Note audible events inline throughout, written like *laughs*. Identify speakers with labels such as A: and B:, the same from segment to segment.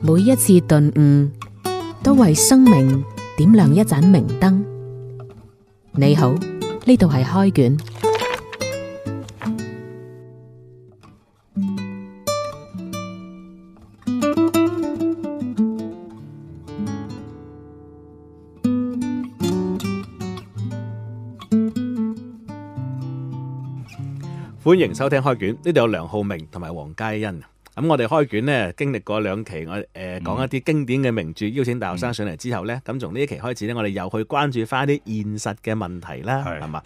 A: 每一次頓悟，都為生命點亮一盞明燈。你好，呢度係開卷。
B: 歡迎收聽開卷，呢度有梁浩明同埋黃嘉欣。咁我哋開卷呢，經歷過兩期我誒、
C: 嗯
B: 呃、講一啲經典嘅名著，邀請大學生上嚟之後呢，咁從呢一期開始呢，我哋又去關注翻啲現實嘅問題啦，
C: 係
B: 係嘛？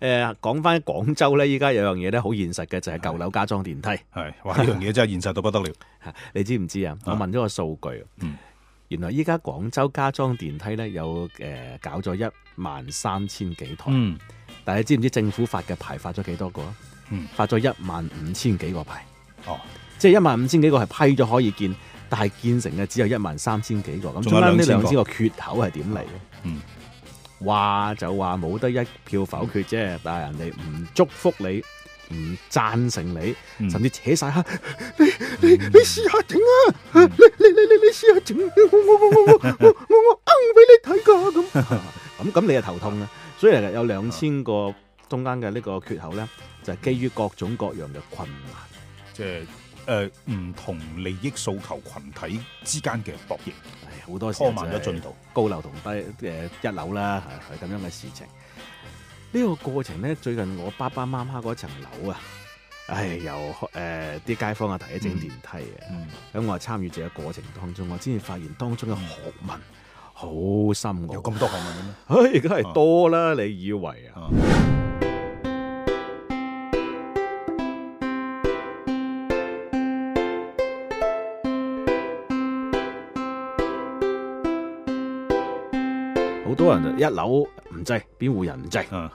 B: 呃誒講翻廣州呢，依家有樣嘢呢，好現實嘅就係舊樓加裝電梯。
C: 係，哇！呢樣嘢真係現實到不得了，
B: 你知唔知啊？我
C: 啊
B: 問咗個數據，
C: 嗯
B: 原來依家廣州加裝電梯呢，有誒、呃搞咗一萬三千幾台，
C: *laughs* 嗯，
B: 但係你知唔知政府發嘅牌發咗幾多個啊？
C: 嗯
B: 發咗一萬五千幾個牌。
C: 哦，
B: 即係一萬五千幾個係批咗可以建，但係建成嘅只有一萬三千幾個，咁中
C: 仲有
B: 間呢
C: 2000
B: 兩
C: 個
B: 千個缺口係點嚟嘅？
C: 嗯，
B: 話就話冇得一票否決啫，但係人哋唔祝福你，唔贊成你，
C: 嗯嗯
B: 甚至扯晒黑，你你你試下整啊！你你你你你試下整，我我
C: *laughs*
B: 我我我我我我呃掹俾你睇㗎咁，咁咁你就頭痛啦。所以其實有兩千個
C: 啊
B: 中間嘅呢個缺口咧，就係基於各種各樣嘅困難。
C: 即係誒唔同利益訴求群體之間嘅博弈，
B: 唉，好多時
C: 拖慢咗
B: 就係
C: 進度。
B: 高樓同低誒一樓啦，係係咁樣嘅事情。呢、個過程咧，最近我爸爸媽媽嗰層樓啊，唉，又誒啲、街坊啊提起整電梯嘅，咁、
C: 嗯，
B: 我係參與者嘅過程當中，我先至發現當中嘅學問好深奧。
C: 有咁多項目嘅咩？
B: 唉，梗係多啦，你以為啊？
C: 啊，
B: 好多人就一樓唔制，邊戶人唔制，
C: 啊嗯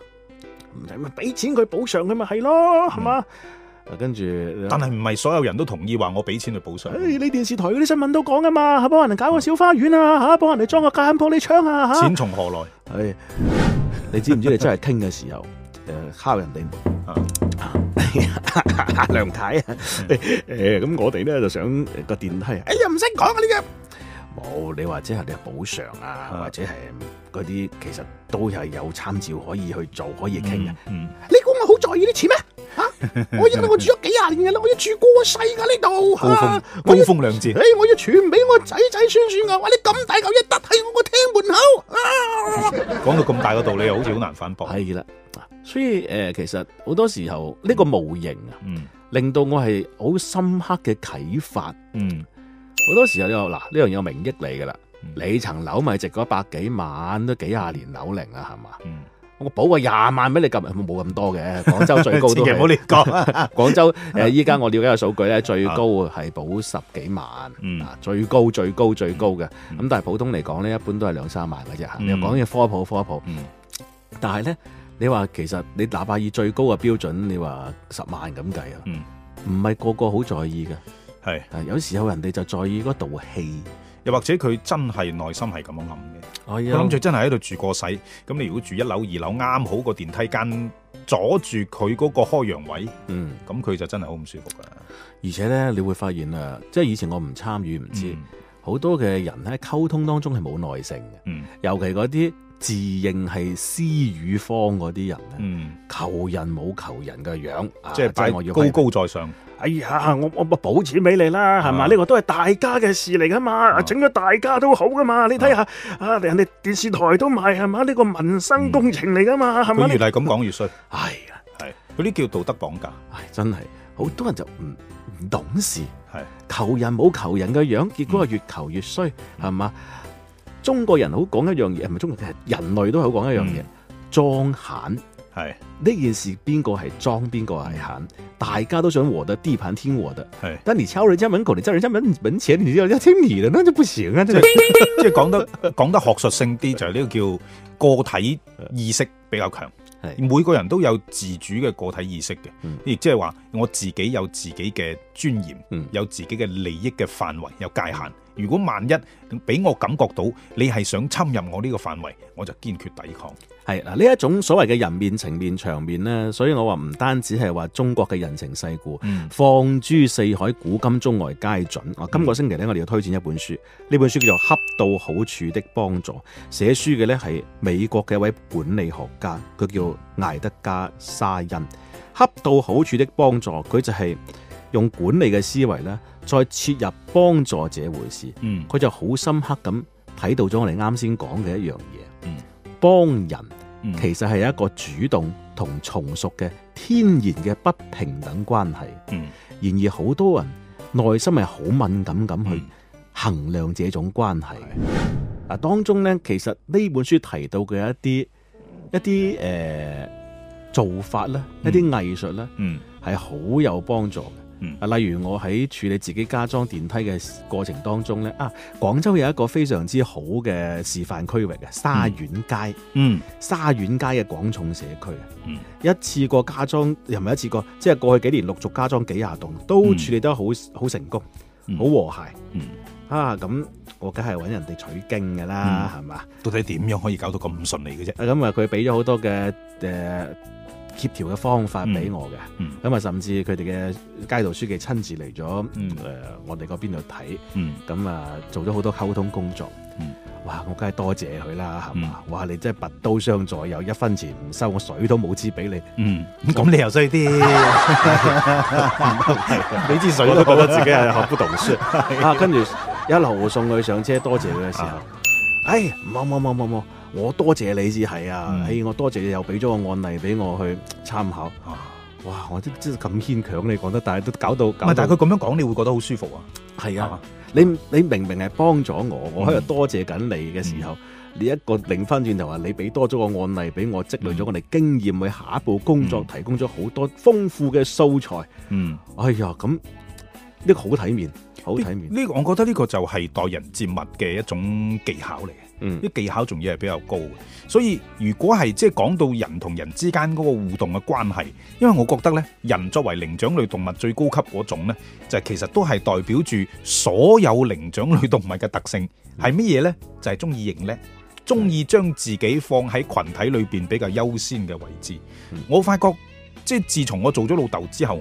B: 唔制咪俾錢佢補償佢咪係咯，係嘛？啊跟住
C: 但係唔係所有人都同意話我俾錢去補償，
B: 唉，你電視台嗰啲新聞都講噶嘛，幫人搞個小花園啊，嚇，幫人哋裝個隔音玻璃窗啊，嚇。
C: 錢從何來？
B: 唉，你知唔知你真係傾嘅時候，誒敲人 *laughs* 哋
C: 啊
B: 門，梁太啊，誒咁我哋咧就想誒個電梯，哎呀唔識講啊呢個，冇你或者係你補償啊，或者係嗰啲其實都係有參照可以去做，可以傾嘅。
C: 嗯，
B: 你估我好在意啲錢咩？嚇！我依家我住咗幾廿年嘅啦，我要住過世㗎呢度
C: 高峰高峰亮節
B: 唉，我要傳俾我仔仔孫孫啊！喂，你咁大嚿嘢突喺我個廳門口啊！
C: 講到咁大個道理，好似好難反駁。
B: 係啦，所以誒、呃其實好多時候呢、個模型啊，
C: 嗯
B: 令到我係好深刻嘅啟發。
C: 嗯，
B: 好多時候又嗱，呢樣嘢有名益你噶啦，
C: 嗯
B: 你層樓咪值嗰百幾萬，都幾廿年樓齡啊啦，係嘛？
C: *laughs* 嗯
B: 我補個廿萬俾你撳，冇咁多嘅，廣州最高都
C: 千祈唔好
B: 係。
C: 亂講。
B: 廣州誒，依家我了解嘅數據咧，最高係補十幾萬，
C: *laughs* 嗯
B: 啊，最高最高最高嘅。
C: 嗯
B: 咁但係普通嚟講咧，一般都係兩三萬嘅啫嚇。
C: 嗯
B: 你又講嘢科普科普，
C: 嗯
B: 但係咧，你話其實你哪怕以最高嘅標準，你話十萬咁計啊，
C: 嗯，
B: 唔係個個好在意嘅。
C: 係，
B: 啊，有時候人哋就在意嗰度氣。
C: 又或者佢真係內心係咁樣諗嘅。
B: 我
C: 佢諗住真係啊喺度住過世，咁你如果住一樓、二樓啱好個電梯間阻住佢嗰個開陽位，
B: 嗯，
C: 咁佢就真係好唔舒服啦。
B: 而且咧，你會發現啊，即係以前我唔參與唔
C: 嗯
B: 知，好、多嘅人喺溝通當中係冇耐性嘅，
C: 嗯
B: 尤其嗰啲自認係私語方嗰啲人咧。
C: 嗯，
B: 求人冇求人嘅樣，啊
C: 即係擺
B: 我要批
C: 高高在上，
B: 哎呀，我我我補錢俾你啦，係嘛？
C: 啊
B: 呢個都係大家嘅事嚟噶嘛，
C: 啊
B: 整咗大家都好噶嘛。你睇下啊，人哋電視台都賣係嘛？呢個民
C: 嗯
B: 生工程嚟噶嘛，係嘛？
C: 佢越
B: 呢
C: 係咁講越衰，
B: 哎呀，
C: 係嗰啲叫道德綁架，
B: 唉，真係好多人就唔唔懂事，
C: 係
B: 求人冇求人嘅樣，結
C: 嗯
B: 果係越求越衰，係嘛？中國人好講一樣嘢，唔係中國人，人類都好講一樣
C: 嗯
B: 嘢，裝閒。
C: 係
B: 呢件事邊個係裝邊個係
C: 嗯
B: 閒，大家都想我的地盤聽我的。
C: 係，
B: 但你敲人家門口，你在人家門门前，你就要听你的，那就不行啊！
C: 即
B: 这
C: 係
B: 個
C: 即係講得講得學術性啲，就係呢個叫個體意識比較強。
B: 係
C: 每個人都有自主嘅個體意識嘅
B: 嗯，
C: 亦即係話我自己有自己嘅尊嚴，
B: 嗯
C: 有自己嘅利益嘅範圍，有界限，如果萬一俾我感覺到你係想侵入我呢個範圍，我就堅決抵抗。
B: 係哎嗱，呢一種所謂嘅人面情面場面呢，所以我話唔單止係話中國嘅人情世故，
C: 嗯，
B: 放諸四海，古今中外皆準。啊，今個星期呢，我哋要推薦一本書，呢本書叫做《恰到好處的幫助》，寫書嘅呢係美國嘅一位管理學家，佢叫艾德加沙恩。恰到好處的幫助，佢就係用管理嘅思維呢，再切入幫助這回事。
C: 嗯，
B: 佢就好深刻咁睇到咗我哋啱先講嘅一樣嘢，
C: 嗯
B: 幫人。
C: 嗯
B: 其實係一個主動同從屬嘅天然嘅不平等關係。
C: 嗯
B: 然而好多人內心係好敏感咁去
C: 嗯
B: 衡量這種關係。嗱、當中呢，其實呢本書提到嘅一啲一啲誒、呃做法咧，一
C: 嗯
B: 啲藝術咧，
C: 嗯
B: 係好有幫助嘅。
C: 嗯
B: 啊，例如我喺處理自己加裝電梯嘅過程當中呢，啊，廣州有一個非常之好嘅示範區域嘅沙縣街。
C: 嗯
B: 沙縣街嘅廣重社區啊，
C: 嗯
B: 一次過加裝又唔係一次過，即係過去幾年陸續加裝幾廿棟，都
C: 嗯
B: 處理得好好成功，好、
C: 嗯
B: 和諧
C: 嗯，
B: 啊！咁我梗係揾人哋取經㗎啦，
C: 嗯
B: 係嘛、
C: 到底點樣可以搞到咁順利嘅啫？
B: 啊咁啊，佢俾咗好多嘅誒協調嘅方法俾我嘅，咁啊、
C: 嗯
B: 甚至佢哋嘅街道書記親自嚟咗
C: 嗯
B: 誒我哋嗰邊度睇，
C: 嗯
B: 咁啊做咗好多溝通工作。
C: 嗯
B: 哇！我梗係多謝佢啦，係嘛？哇！你真係拔刀相助，又一分錢唔收，我水都冇支俾
C: *laughs*
B: 你，
C: 嗯，咁你又衰 *laughs* 啲，
B: 你支水都覺得自己係學不懂書
C: *laughs*
B: 啊！跟住一路送佢上車，多謝佢嘅時候
C: 啊，
B: 哎，冇冇冇冇冇，我多謝你至係啊！
C: 嗯
B: 哎，我多謝你又俾咗個案例俾我去參考。
C: 哦
B: 哇！我真真係咁牽強，你講得，但係都搞到
C: 唔係
B: 搞，到
C: 但係佢咁樣講，你會覺得好舒服啊，
B: 係
C: 係
B: 啊
C: 嘛？！
B: 你你明明係幫咗
C: 嗯
B: 我，我喺度多謝緊你嘅時候，你一個擰翻轉頭話你俾多咗個案例俾我，積累咗我哋經驗，為下一步工作
C: 嗯
B: 提供咗好多豐富嘅素材。
C: 嗯。
B: 哎呀，咁呢個好體面，好體面。
C: 呢、個我覺得呢個就係待人接物嘅一種技巧嚟嘅，
B: 嗯
C: 啲技巧仲要係比較高嘅。所以如果係即係講到人同人之間嗰個互動嘅關係，因為我覺得呢，人作為靈長類動物最高級嗰種呢，就係其實都係代表住所有靈長類動物嘅特性
B: 嗯
C: 係乜嘢呢？就係中意型叻。中意將自己放喺群體裏邊比較優先嘅位置
B: 嗯。
C: 我發覺即係自從我做咗老豆之後，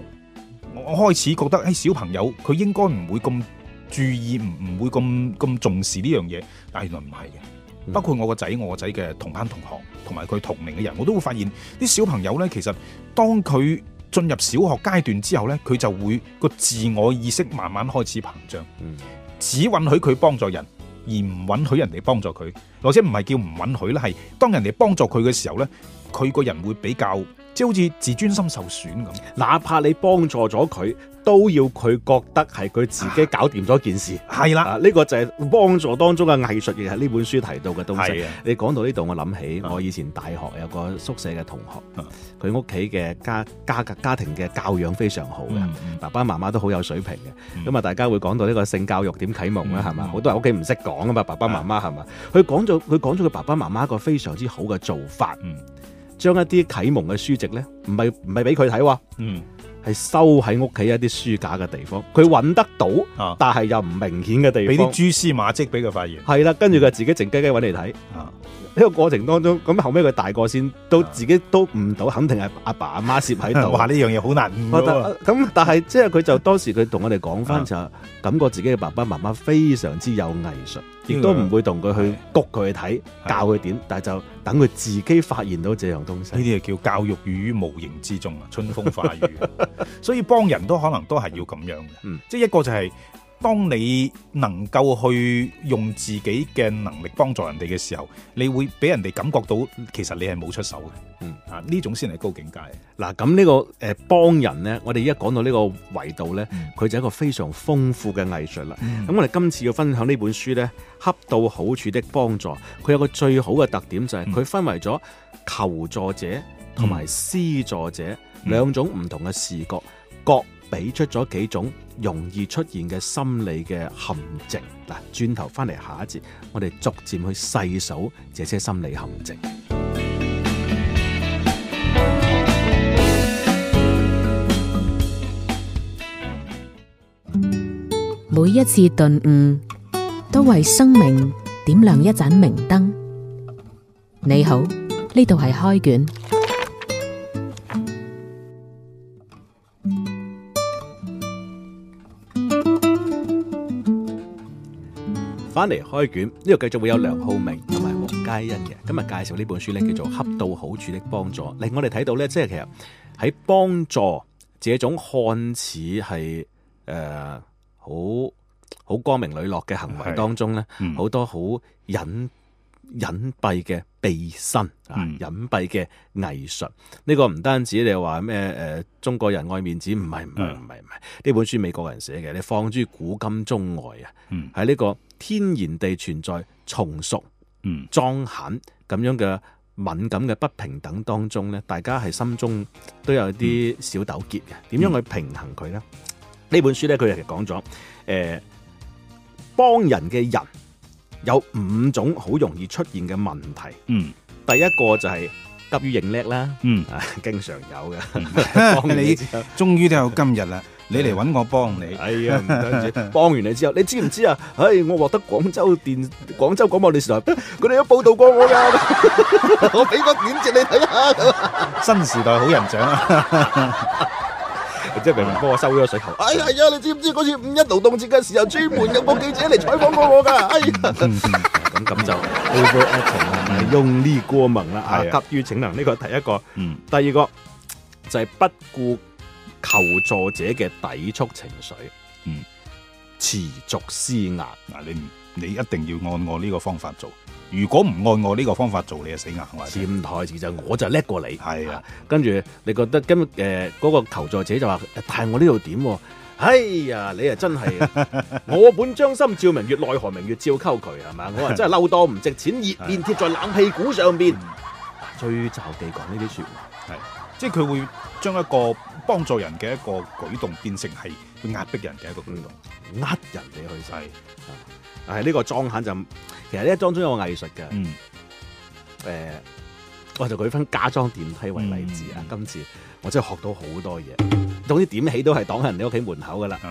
C: 我我開始覺得誒、小朋友佢應該唔會咁注意，唔唔會咁咁重視呢樣嘢。但係原來唔係嘅，
B: 嗯
C: 包括我個仔，我個仔嘅同班同學，同埋佢同齡嘅人，我都會發現啲小朋友呢，其實當佢進入小學階段之後呢，佢就會個自我意識慢慢開始膨脹。
B: 嗯
C: 只允許佢幫助人，而唔允許人哋幫助佢，或者唔係叫唔允許啦，係當人哋幫助佢嘅時候呢，佢個人會比較即係好似自尊心受損咁。
B: 哪怕你幫助咗佢，都要佢覺得係佢自
C: 啊
B: 己搞掂咗件事。
C: 係啦，
B: 啊，呢、個就係幫助當中嘅藝術，亦係呢本書提到嘅東西。
C: 係啊，
B: 你講到呢度，我諗起
C: 啊
B: 我以前大學有個宿舍嘅同學
C: 啊，
B: 佢屋企嘅家家家庭嘅教養非常好嘅，
C: 嗯嗯
B: 爸爸媽媽都好有水平嘅。
C: 嗯
B: 咁啊，大家會講到呢個性教育點啟蒙啦，
C: 嗯
B: 係嘛？
C: 嗯
B: 好多人屋企唔識講啊嘛，爸爸媽媽係嘛？佢講咗佢講咗佢爸爸媽媽一個非常之好嘅做法，
C: 嗯
B: 將一啲啟蒙嘅書籍呢，唔係唔係俾佢睇喎。
C: 嗯
B: 係收喺屋企一啲書架嘅地方，佢揾得到，
C: 啊，
B: 但係又唔明顯嘅地
C: 俾啲
B: 方
C: 蛛。絲馬跡俾佢發現
B: 係啦，跟住佢自己靜雞雞揾嚟睇。
C: 啊，
B: 呢個過程當中，咁後尾佢大個先都
C: 啊
B: 自己都唔到，肯定係阿爸阿媽攝喺
C: *laughs*
B: 度。
C: 話呢樣嘢好難悟
B: 我覺
C: 㗎喎
B: 得呃咁，但係即係佢就當時佢同我哋講翻
C: 啊
B: 就係感覺自己嘅爸爸媽媽非常之有藝術，亦
C: 呢個
B: 都唔會同佢去
C: 係
B: 谷佢去睇，
C: 係
B: 教佢點，但係就等佢自己發現到這樣東
C: 呢
B: 西。
C: 啲就叫教育於無形之中啊，春風化雨。
B: *laughs*
C: 啊所以幫人都可能都係要咁樣嘅，
B: 嗯
C: 即係一個就係、當你能夠去用自己嘅能力幫助人哋嘅時候，你會俾人哋感覺到其實你係冇出手嘅，
B: 嗯
C: 啊呢種先係高境界。啊
B: 嗱，咁呢個誒幫人呢，我哋而家講到呢個維度呢，
C: 嗯
B: 佢就係一個非常豐富嘅藝術啦。咁
C: 咁
B: 我哋今次要分享呢本書呢，恰到好處的幫助，佢有個最好嘅特點就係
C: 嗯
B: 佢分為咗求助者同埋施助者
C: 嗯
B: 兩種唔同嘅視覺，各俾出咗幾種容易出現嘅心理嘅陷阱。嗱，轉頭翻嚟下一節，我哋逐漸去細數這些心理陷阱。
A: 每一次頓悟，都為生命點亮一盞明燈。你好，呢度係開卷。
B: 翻嚟開卷，呢度繼續會有梁浩明同埋黃嘉欣嘅。今日介紹呢本書呢，叫做《恰到好處的幫助》，令我哋睇到呢，即係其實喺幫助這種看似係誒呃好好光明磊落嘅行為
C: 係
B: 當中呢，
C: 嗯
B: 好多好隱隱蔽嘅秘辛啊，
C: 嗯
B: 隱蔽嘅藝術。呢、個唔單止你話咩誒中國人愛面子，唔係唔係
C: 嗯
B: 唔係唔係，呢本書美國人寫嘅，你放諸古今中外啊。
C: 嗯
B: 喺呢個天然地存在從屬、
C: 嗯
B: 莊閒咁樣嘅敏感嘅不平等當中咧，大家係心中都有啲小糾結嘅。點樣去平衡佢呢？呢本書咧，佢其實講咗，誒、幫人嘅人有五種好容易出現嘅問題。
C: 嗯
B: 第一個就係急於認叻啦，
C: 嗯，
B: 啊，經常有嘅。幫完
C: 你
B: 之後
C: 終於都有今日啦！你嚟揾我幫你，
B: 哎呀，唔 *laughs* 得住！幫完你之後，你知唔知啊？唉，我獲得廣州電廣州廣播電視台，佢哋都報道過我㗎。 *laughs* 我俾個鏈接你睇啊下，
C: 新時代好人獎
B: *laughs*
C: 啊！
B: 即係明明幫我收咗水喉。哎呀，係啊，你知唔知嗰次五一勞動節嘅時候，專門有個記者嚟採訪過我㗎。哎呀，
C: 嗯
B: 咁嗯咁就 overacting 啦，用力過猛啦，啊，
C: 係啊
B: 急於逞能呢個第一個，
C: 嗯
B: 第二個就係不顧求助者嘅抵觸情緒，
C: 嗯，
B: 持續施壓。
C: 嗱，你唔你一定要按我呢個方法做，如果唔按我呢個方法做，你就死硬啦！
B: 潛台詞就我就叻過你，
C: 係啊，
B: 跟住你覺得今誒嗰個求助者就話，但係我呢度點喎？哎呀，你啊真係，我本將心照明月，奈何明月照溝渠係嘛？我啊真係嬲到唔值錢，熱面貼在冷屁股上邊。最就地講呢啲説話，
C: 即係佢會將一個幫助人嘅一個舉動變成係佢壓迫人嘅一個舉動，
B: 呃人哋去使。
C: 係
B: 但係呢個裝肯就，其實呢當中有個藝術嘅。
C: 嗯
B: 誒、呃我就舉翻加裝電梯為例子啊！
C: 嗯
B: 今次我真係學到好多嘢，總之點起都係擋喺人哋屋企門口噶啦。咁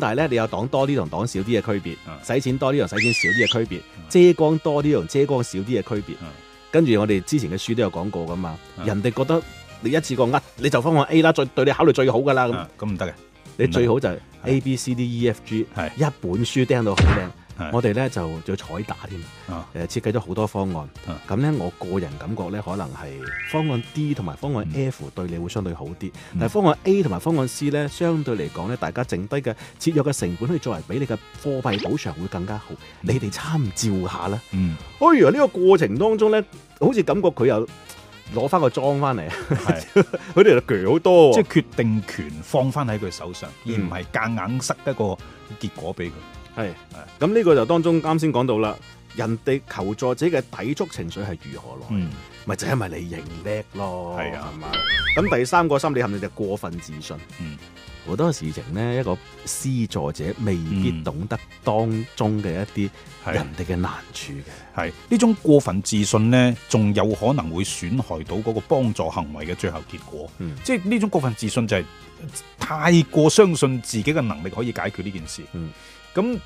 B: 但係咧，你有擋多啲同擋少啲嘅區
C: 嗯
B: 別，使錢多啲同使錢少啲嘅區
C: 嗯
B: 別，遮光多啲同遮光少啲嘅區別
C: 嗯。
B: 跟住我哋之前嘅書都有講過噶嘛，
C: 嗯
B: 人哋覺得你一次過呃，你就方案 A 啦，最對你考慮最好噶啦咁。
C: 啊咁唔得嘅，
B: 你最好就
C: 嗯
B: 係 A B C D E F G 一
C: 係
B: 本書釘到好靚。
C: 係
B: 我哋咧就做彩打添，
C: 啊
B: 誒設計咗好多方案
C: 啊。
B: 咁咧，我個人感覺咧，可能係方案 D 同埋方案
C: 嗯
B: F 對你會相對好啲，但係方案 A 同埋方案 C 咧，相對嚟講咧，大家剩低嘅節約嘅成本，可以作為俾你嘅貨幣補償會更加好。你哋參照下啦。
C: 嗯
B: 哎呀，呢個過程當中咧，好似感覺佢又攞翻個裝翻
C: *laughs*
B: 嚟，
C: 嗯係。
B: 佢哋就鋸好多
C: 即係
B: 喎。
C: 決定權放翻喺佢手上，而
B: 嗯
C: 唔係夾硬塞一個結果俾佢。
B: 係咁呢個就當中啱先講到啦，人哋求助者嘅抵觸情緒係如何來？
C: 嗯，
B: 咪就係因為你認叻咯，
C: 係啊
B: 係嘛？咁第三個心理陷阱就係過分自信。
C: 嗯，
B: 好多事情呢，一個施助者未必
C: 嗯
B: 懂得當中嘅一啲
C: 係
B: 人哋嘅難處嘅。
C: 係呢種過分自信呢，仲有可能會損害到嗰個幫助行為嘅最後結果。
B: 嗯
C: 即係呢種過分自信就係呃太過相信自己嘅能力可以解決呢件事。
B: 嗯，
C: 咁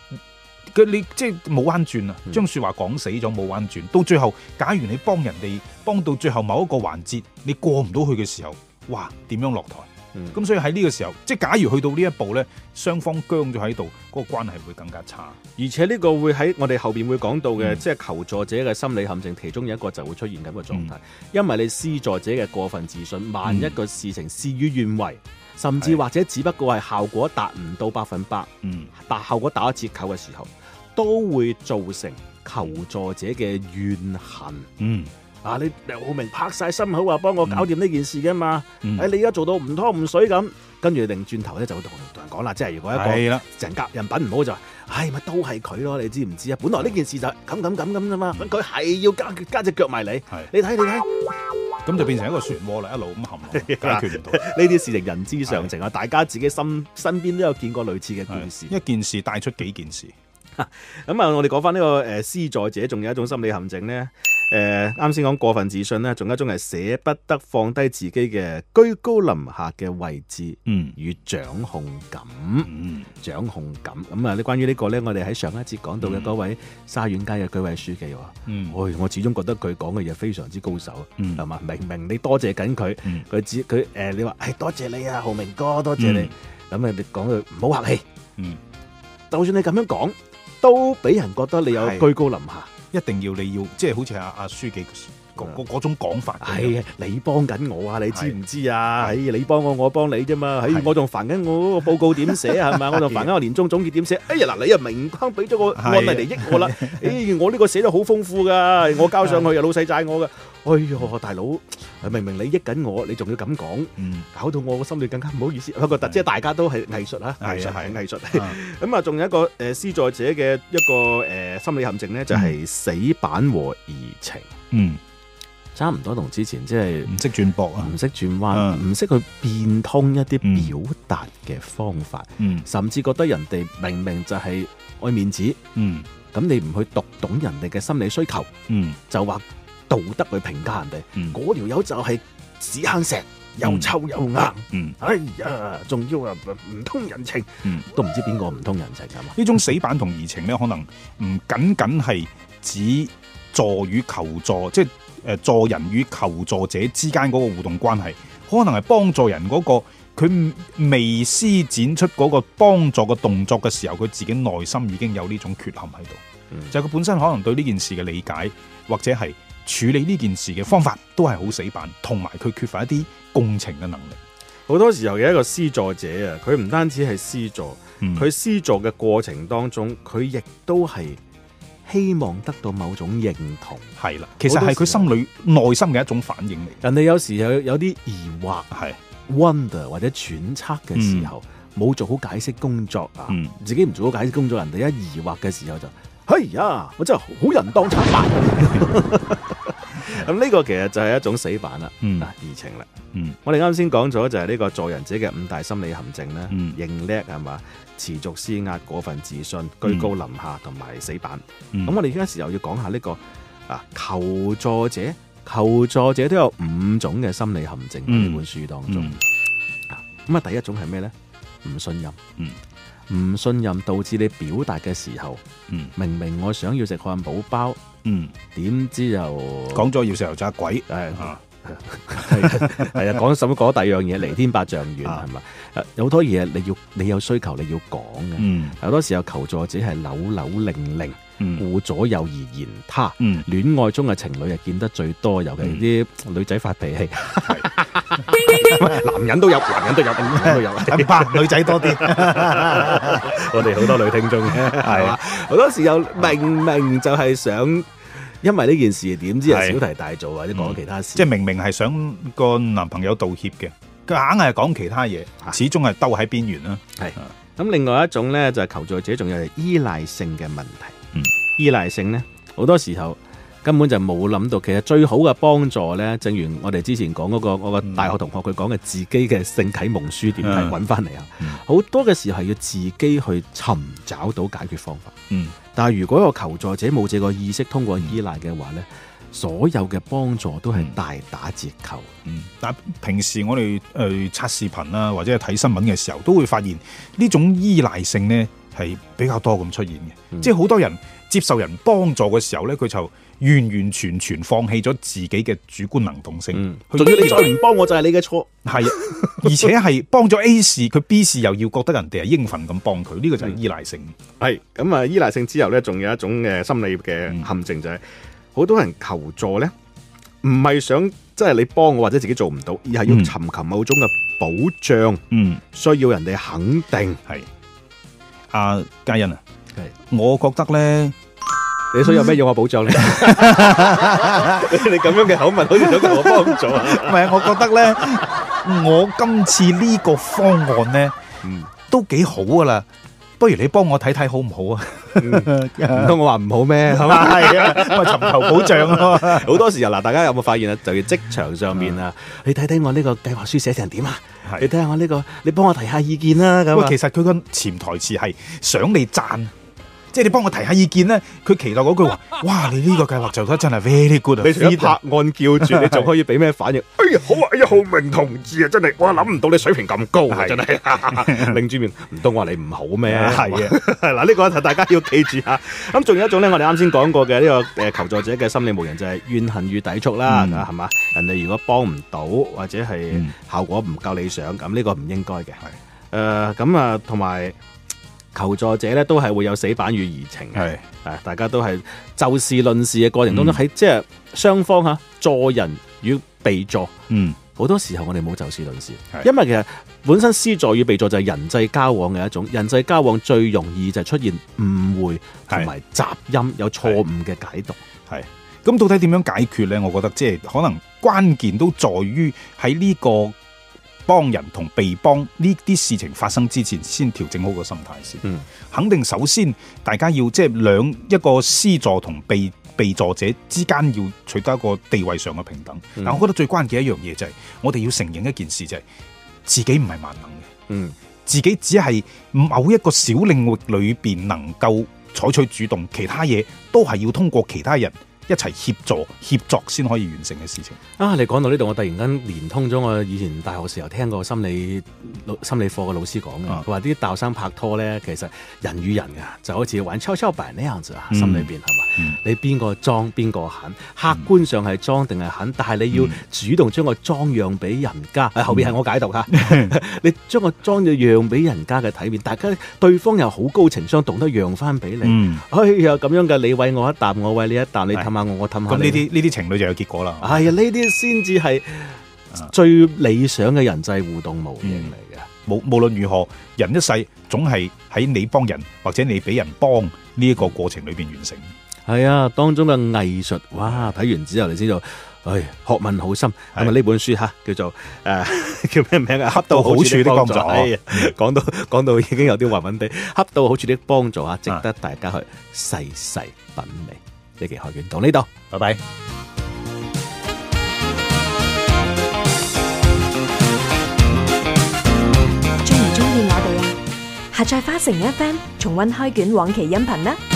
C: 佢你即係冇彎轉啊！
B: 嗯
C: 將説話講死咗冇彎轉，到最後，假如你幫人哋幫到最後某一個環節，你過唔到去嘅時候，哇點樣落台？
B: 嗯
C: 咁所以喺呢個時候，即係假如去到呢一步呢，雙方僵咗喺度，嗰、個關係會更加差。
B: 而且呢個會喺我哋後邊會講到嘅，
C: 嗯
B: 即係求助者嘅心理陷阱，其中有一個就會出現咁嘅狀態，因為你施助者嘅過分自信，萬一
C: 嗯
B: 個事情事與願違，甚至
C: 係
B: 或者只不過係效果達唔到百分百。
C: 嗯，
B: 但效果打折扣嘅時候，都會造成求助者嘅怨恨。
C: 嗯，
B: 啊！你梁浩明拍晒心口話幫我搞掂呢件事噶嘛？
C: 嗯
B: 哎，你而家做到唔湯唔水咁，跟住擰轉頭咧就會同同人講啦，即係如果一個
C: 係啦，
B: *laughs* 人格人品唔好就話，唉，咪都係佢咯，你知唔知啊？本來呢件事就係咁咁咁咁啫嘛，咁佢係要加加只腳埋你，
C: 係
B: 你睇你睇。
C: 咁就變成一個漩渦啦，一路咁
B: *laughs*
C: 陷落，
B: 啊
C: 解決唔到。
B: 呢啲事情人之常情啊，大家自己身身邊都有見過類似嘅故事
C: 係。一件事帶出幾件事。
B: 呃咁啊，我哋講翻呢個誒施助者，仲有一種心理陷阱咧，誒啱先講過分自信啦，仲有一種係捨不得放低自己嘅居高臨下嘅位置
C: 嗯
B: 與掌控感。
C: 嗯
B: 掌控感咁啊！呢關於呢個呢，我哋喺上一節講到嘅
C: 嗯
B: 嗰位沙縣街嘅居委書記話：，
C: 嗯
B: 喂，我始終覺得佢講嘅嘢非常之高手，
C: 嗯
B: 係嘛？明明你多謝緊佢
C: 嗯，
B: 佢只佢誒，你話係多謝你啊，浩明哥，多謝你。咁啊，你講佢唔好客氣，
C: 嗯，
B: 就算你咁樣講，都俾人覺得你有
C: 係
B: 居高臨下。
C: 一定要你要即係好似阿阿書記嗰嗰嗰種講法咁樣，
B: 係啊，你幫緊我啊，你知唔知啊？
C: 係
B: 唉，你幫我，我幫你啫嘛。唉
C: 係，
B: 我仲煩緊我嗰個報告點寫係咪？我仲煩緊我年終總結點寫。哎呀嗱，你又明框俾咗個
C: 係啊
B: 案例嚟益 *laughs* 我啦。唉，我呢個寫得好豐富㗎，我交上去又老細債我㗎。哎呦，大佬，明明你益緊我，你仲要咁講，
C: *laughs* 嗯
B: 搞到我個心裏更加唔好意思。不過，
C: 係
B: 即係大家都係藝術啊，
C: 係啊
B: 藝術係
C: 係
B: 藝術。
C: 啊
B: 咁啊，仲有一個誒施在者嘅一個誒心理陷阱咧，就係死板和移情，
C: 嗯
B: 差唔多同之前即係。
C: 唔識轉博啊，
B: 唔識轉彎，
C: 嗯
B: 唔識去變通一啲表達嘅方法，
C: 嗯
B: 甚至覺得人哋明明就係愛面子，
C: 嗯
B: 咁你唔去讀懂人哋嘅心理需求，
C: 嗯
B: 就話道德去評價人哋，
C: 嗯
B: 嗰條友就係屎坑石，又
C: 嗯
B: 臭又硬，
C: 嗯，
B: 哎呀，仲要啊唔通人情，
C: 嗯
B: 都唔知邊個唔通人情係啊嘛？
C: 呢種死板同移情咧，可能唔僅僅係指助與求助，即係誒助人與求助者之間嗰個互動關係，可能係幫助人嗰、個佢未施展出嗰個幫助嘅動作嘅時候，佢自己內心已經有呢種缺陷喺度，
B: 嗯
C: 就係佢本身可能對呢件事嘅理解或者係處理呢件事嘅方法都係好死板，同埋佢缺乏一啲共情嘅能力。
B: 好多時候嘅一個施助者啊，佢唔單止係施助，
C: 嗯
B: 佢施助嘅過程當中，佢亦都係希望得到某種認同。
C: 係啦，其實係佢心裏內心嘅一種反應嚟
B: 人哋有時有有啲疑惑、
C: 嘅，係
B: wonder 或者揣測嘅時候，冇、做好解釋工作啊，
C: 嗯
B: 自己唔做好解釋工作，人哋一疑惑嘅時候就，哎呀，我真係好人當賊辦。 *laughs* 咁呢個其實就係一種死板啦，
C: 嗯
B: 啊，移情啦。
C: 嗯
B: 我哋啱先講咗就係呢個助人者嘅五大心理陷阱啦，
C: 嗯
B: 認叻係嘛，持續施壓、過分自信、居高臨下同埋死板。
C: 嗯
B: 咁我哋而家時候要講下呢、個啊求助者，求助者都有五種嘅心理陷阱喺呢、
C: 嗯
B: 本書當中。
C: 嗯
B: 啊咁啊，第一種係咩呢？唔信任。
C: 嗯
B: 唔信任導致你表達嘅時候，
C: 嗯
B: 明明我想要食漢堡包，
C: 嗯，
B: 點知又
C: 講咗要石油炸鬼
B: 誒
C: 啊，
B: 係係
C: *laughs*
B: 啊，講什講第二樣嘢，離天百丈遠
C: 啊
B: 係嘛？誒有好多嘢你要你有需求你要講嘅，
C: 嗯
B: 有好多時候求助者係扭扭零零，
C: 嗯
B: 顧左右而言他。
C: 嗯，
B: 戀愛中嘅情侶係見得最多，尤其啲女仔發脾氣， *laughs* 男人都有，男人都有，男人都有。
C: 唔怕女仔 *laughs* 多啲，
B: 我哋好多女
C: *laughs*
B: 聽眾嘅，係嘛？好多時候明明就係想，因為呢件事點知係
C: 係
B: 小題大做，或者講其他事。
C: 即係明明係想個男朋友道歉嘅，佢硬係講其他嘢，始終係兜喺邊緣啦。
B: 咁另外一種咧就係求助者，仲有係依賴性嘅問題。
C: 嗯，
B: 依賴性咧好多時候根本就冇諗到，其實最好嘅幫助咧，正如我哋之前講嗰、個我個
C: 嗯
B: 大學同學佢講嘅自己嘅性啟蒙書點睇
C: 嗯
B: 揾翻嚟啊
C: 嗯，
B: 好、多嘅時候係要自己去尋找到解決方法。
C: 嗯
B: 但係如果個求助者冇這個意識，通過依賴嘅話咧，所有嘅幫助都係
C: 嗯
B: 大打折扣。
C: 嗯，但平時我哋誒刷視頻啦，或者係睇新聞嘅時候，都會發現呢種依賴性呢係比較多咁出現嘅，
B: 嗯
C: 即係好多人接受人幫助嘅時候呢，佢就完完全全放棄咗自己嘅主觀能動性。
B: 嗯，
C: 去
B: 仲要你再唔幫我就係你嘅錯。 *laughs*
C: 係，啊而且係幫咗 A 事，佢 B 事又要覺得人哋係應份咁幫佢，呢、個就係依賴性。
B: 系咁啊！依賴性之後咧，仲有一種嘅心理嘅陷阱就係、好多人求助咧，唔係想即係你幫我或者自己做唔到，而係要
C: 嗯
B: 尋求某種嘅保障，
C: 嗯，
B: 需要人哋肯定。
C: 係。阿嘉欣啊，
B: 係
C: 我覺得呢，
B: 你需要咩要我保障咧？嗯你咁樣嘅口吻好似想同我幫助啊！
C: 唔係，我覺得呢，我今次呢個方案呢，
B: 嗯
C: 都幾好噶啦。不如你幫我睇睇好
B: *laughs*
C: 唔好啊？
B: 唔通我話唔好咩？嗯 *laughs* 係嘛？
C: 係啊，咪尋求保障啊嘛。
B: 好多時候嗱，大家有冇發現啊？就要職場上面啊，你睇睇我呢個計劃書寫成點啊？你
C: 係
B: 睇下我呢個，你幫我提下意見啦咁
C: 喂
B: 啊，
C: 其實佢個潛台詞係想你讚，即係你幫我提下意見咧，佢期待嗰句
B: *laughs*
C: 話：，哇！你呢個計劃做得真係 very good 啊！
B: 你除咗
C: Frida
B: 拍案叫絕，你仲可以俾咩反應？ *laughs* 哎呀，好啊！哎呀，浩明同志啊，真係我諗唔到你水平咁高 *laughs* 啊，
C: 係
B: 真係 *laughs* 擰住面，唔通我話你唔好 *laughs* 咩？
C: 係啊，
B: 嗱，呢個就大家要記住嚇。咁仲有一種咧，我哋啱先講過嘅呢個誒求助者嘅心理模型就係怨恨與抵觸啦，啊
C: 嗯
B: 係嘛？人哋如果幫唔到或者係
C: 嗯
B: 效果唔夠理想，咁呢個唔應該嘅。誒
C: 係
B: 咁啊，同埋求助者咧都係會有死板與移情嘅。
C: 係
B: 啊，大家都係就事論事嘅過程當中，
C: 嗯
B: 喺、即係雙方嚇助人與被助，
C: 嗯
B: 好多時候我哋冇就事論事，
C: 係
B: 因為其實本身施助與被助就係人際交往嘅一種，人際交往最容易就係出現誤會同埋雜音，有錯誤嘅解讀。
C: 係。咁到底點樣解決咧？我覺得即係可能關鍵都在於喺呢個幫人同被幫呢啲事情發生之前，先調整好個心態先。
B: 嗯
C: 肯定首先大家要即係兩一個施助同被被助者之間要取得一個地位上嘅平等。
B: 嗯
C: 但我覺得最關鍵一樣嘢就係、我哋要承認一件事就係、自己唔係萬能嘅。
B: 嗯
C: 自己只係某一個小領域裏邊能夠採取主動，其他嘢都係要通過其他人一齊協助協作先可以完成嘅事情。
B: 啊，你講到呢度，我突然間連通咗我以前大學時候聽過心理老心理課嘅老師講嘅，
C: 啊
B: 佢話啲大學生拍拖咧，其實人與人啊，就好似玩蹺蹺板呢樣子啊，
C: 嗯
B: 心裏邊係嘛？
C: 嗯
B: 你邊個裝邊個肯，客觀上係裝定係肯，但係你要
C: 嗯
B: 主動將個裝讓俾人家。啊誒後邊係我解讀
C: *laughs*
B: 嚇，你將個裝要讓俾人家嘅體面，大家對方又好高情商，懂得讓翻俾你。
C: 嗯，
B: 哎呀，咁樣嘅你餵我一啖，我餵你一啖，你
C: 係
B: 氹下我，我氹下
C: 咁呢
B: 你。
C: 啲呢啲情侶就有結果啦。
B: 哎呀，呢啲先至係
C: 嗯啊嗯
B: 最理想嘅人際互動模型嚟嘅。
C: 無無論如何，人一世總係喺你幫人或者你俾人幫呢一個過程裏邊完成。
B: 係啊，當中嘅藝術，哇！睇完之後你知道，唉，學問好深。咁啊，
C: 嗯係
B: 呢本書吓叫做誒、呃 *laughs* 叫咩名啊？恰
C: 到好處的幫助嗯
B: 哎呀講到講到已經有啲暈暈地，恰到好處的幫助啊，值得大家去細細品味。呢期學完到呢度，拜拜。
D: 中唔中意我哋啊？下載花城 FM 重温開卷往期音頻啦〜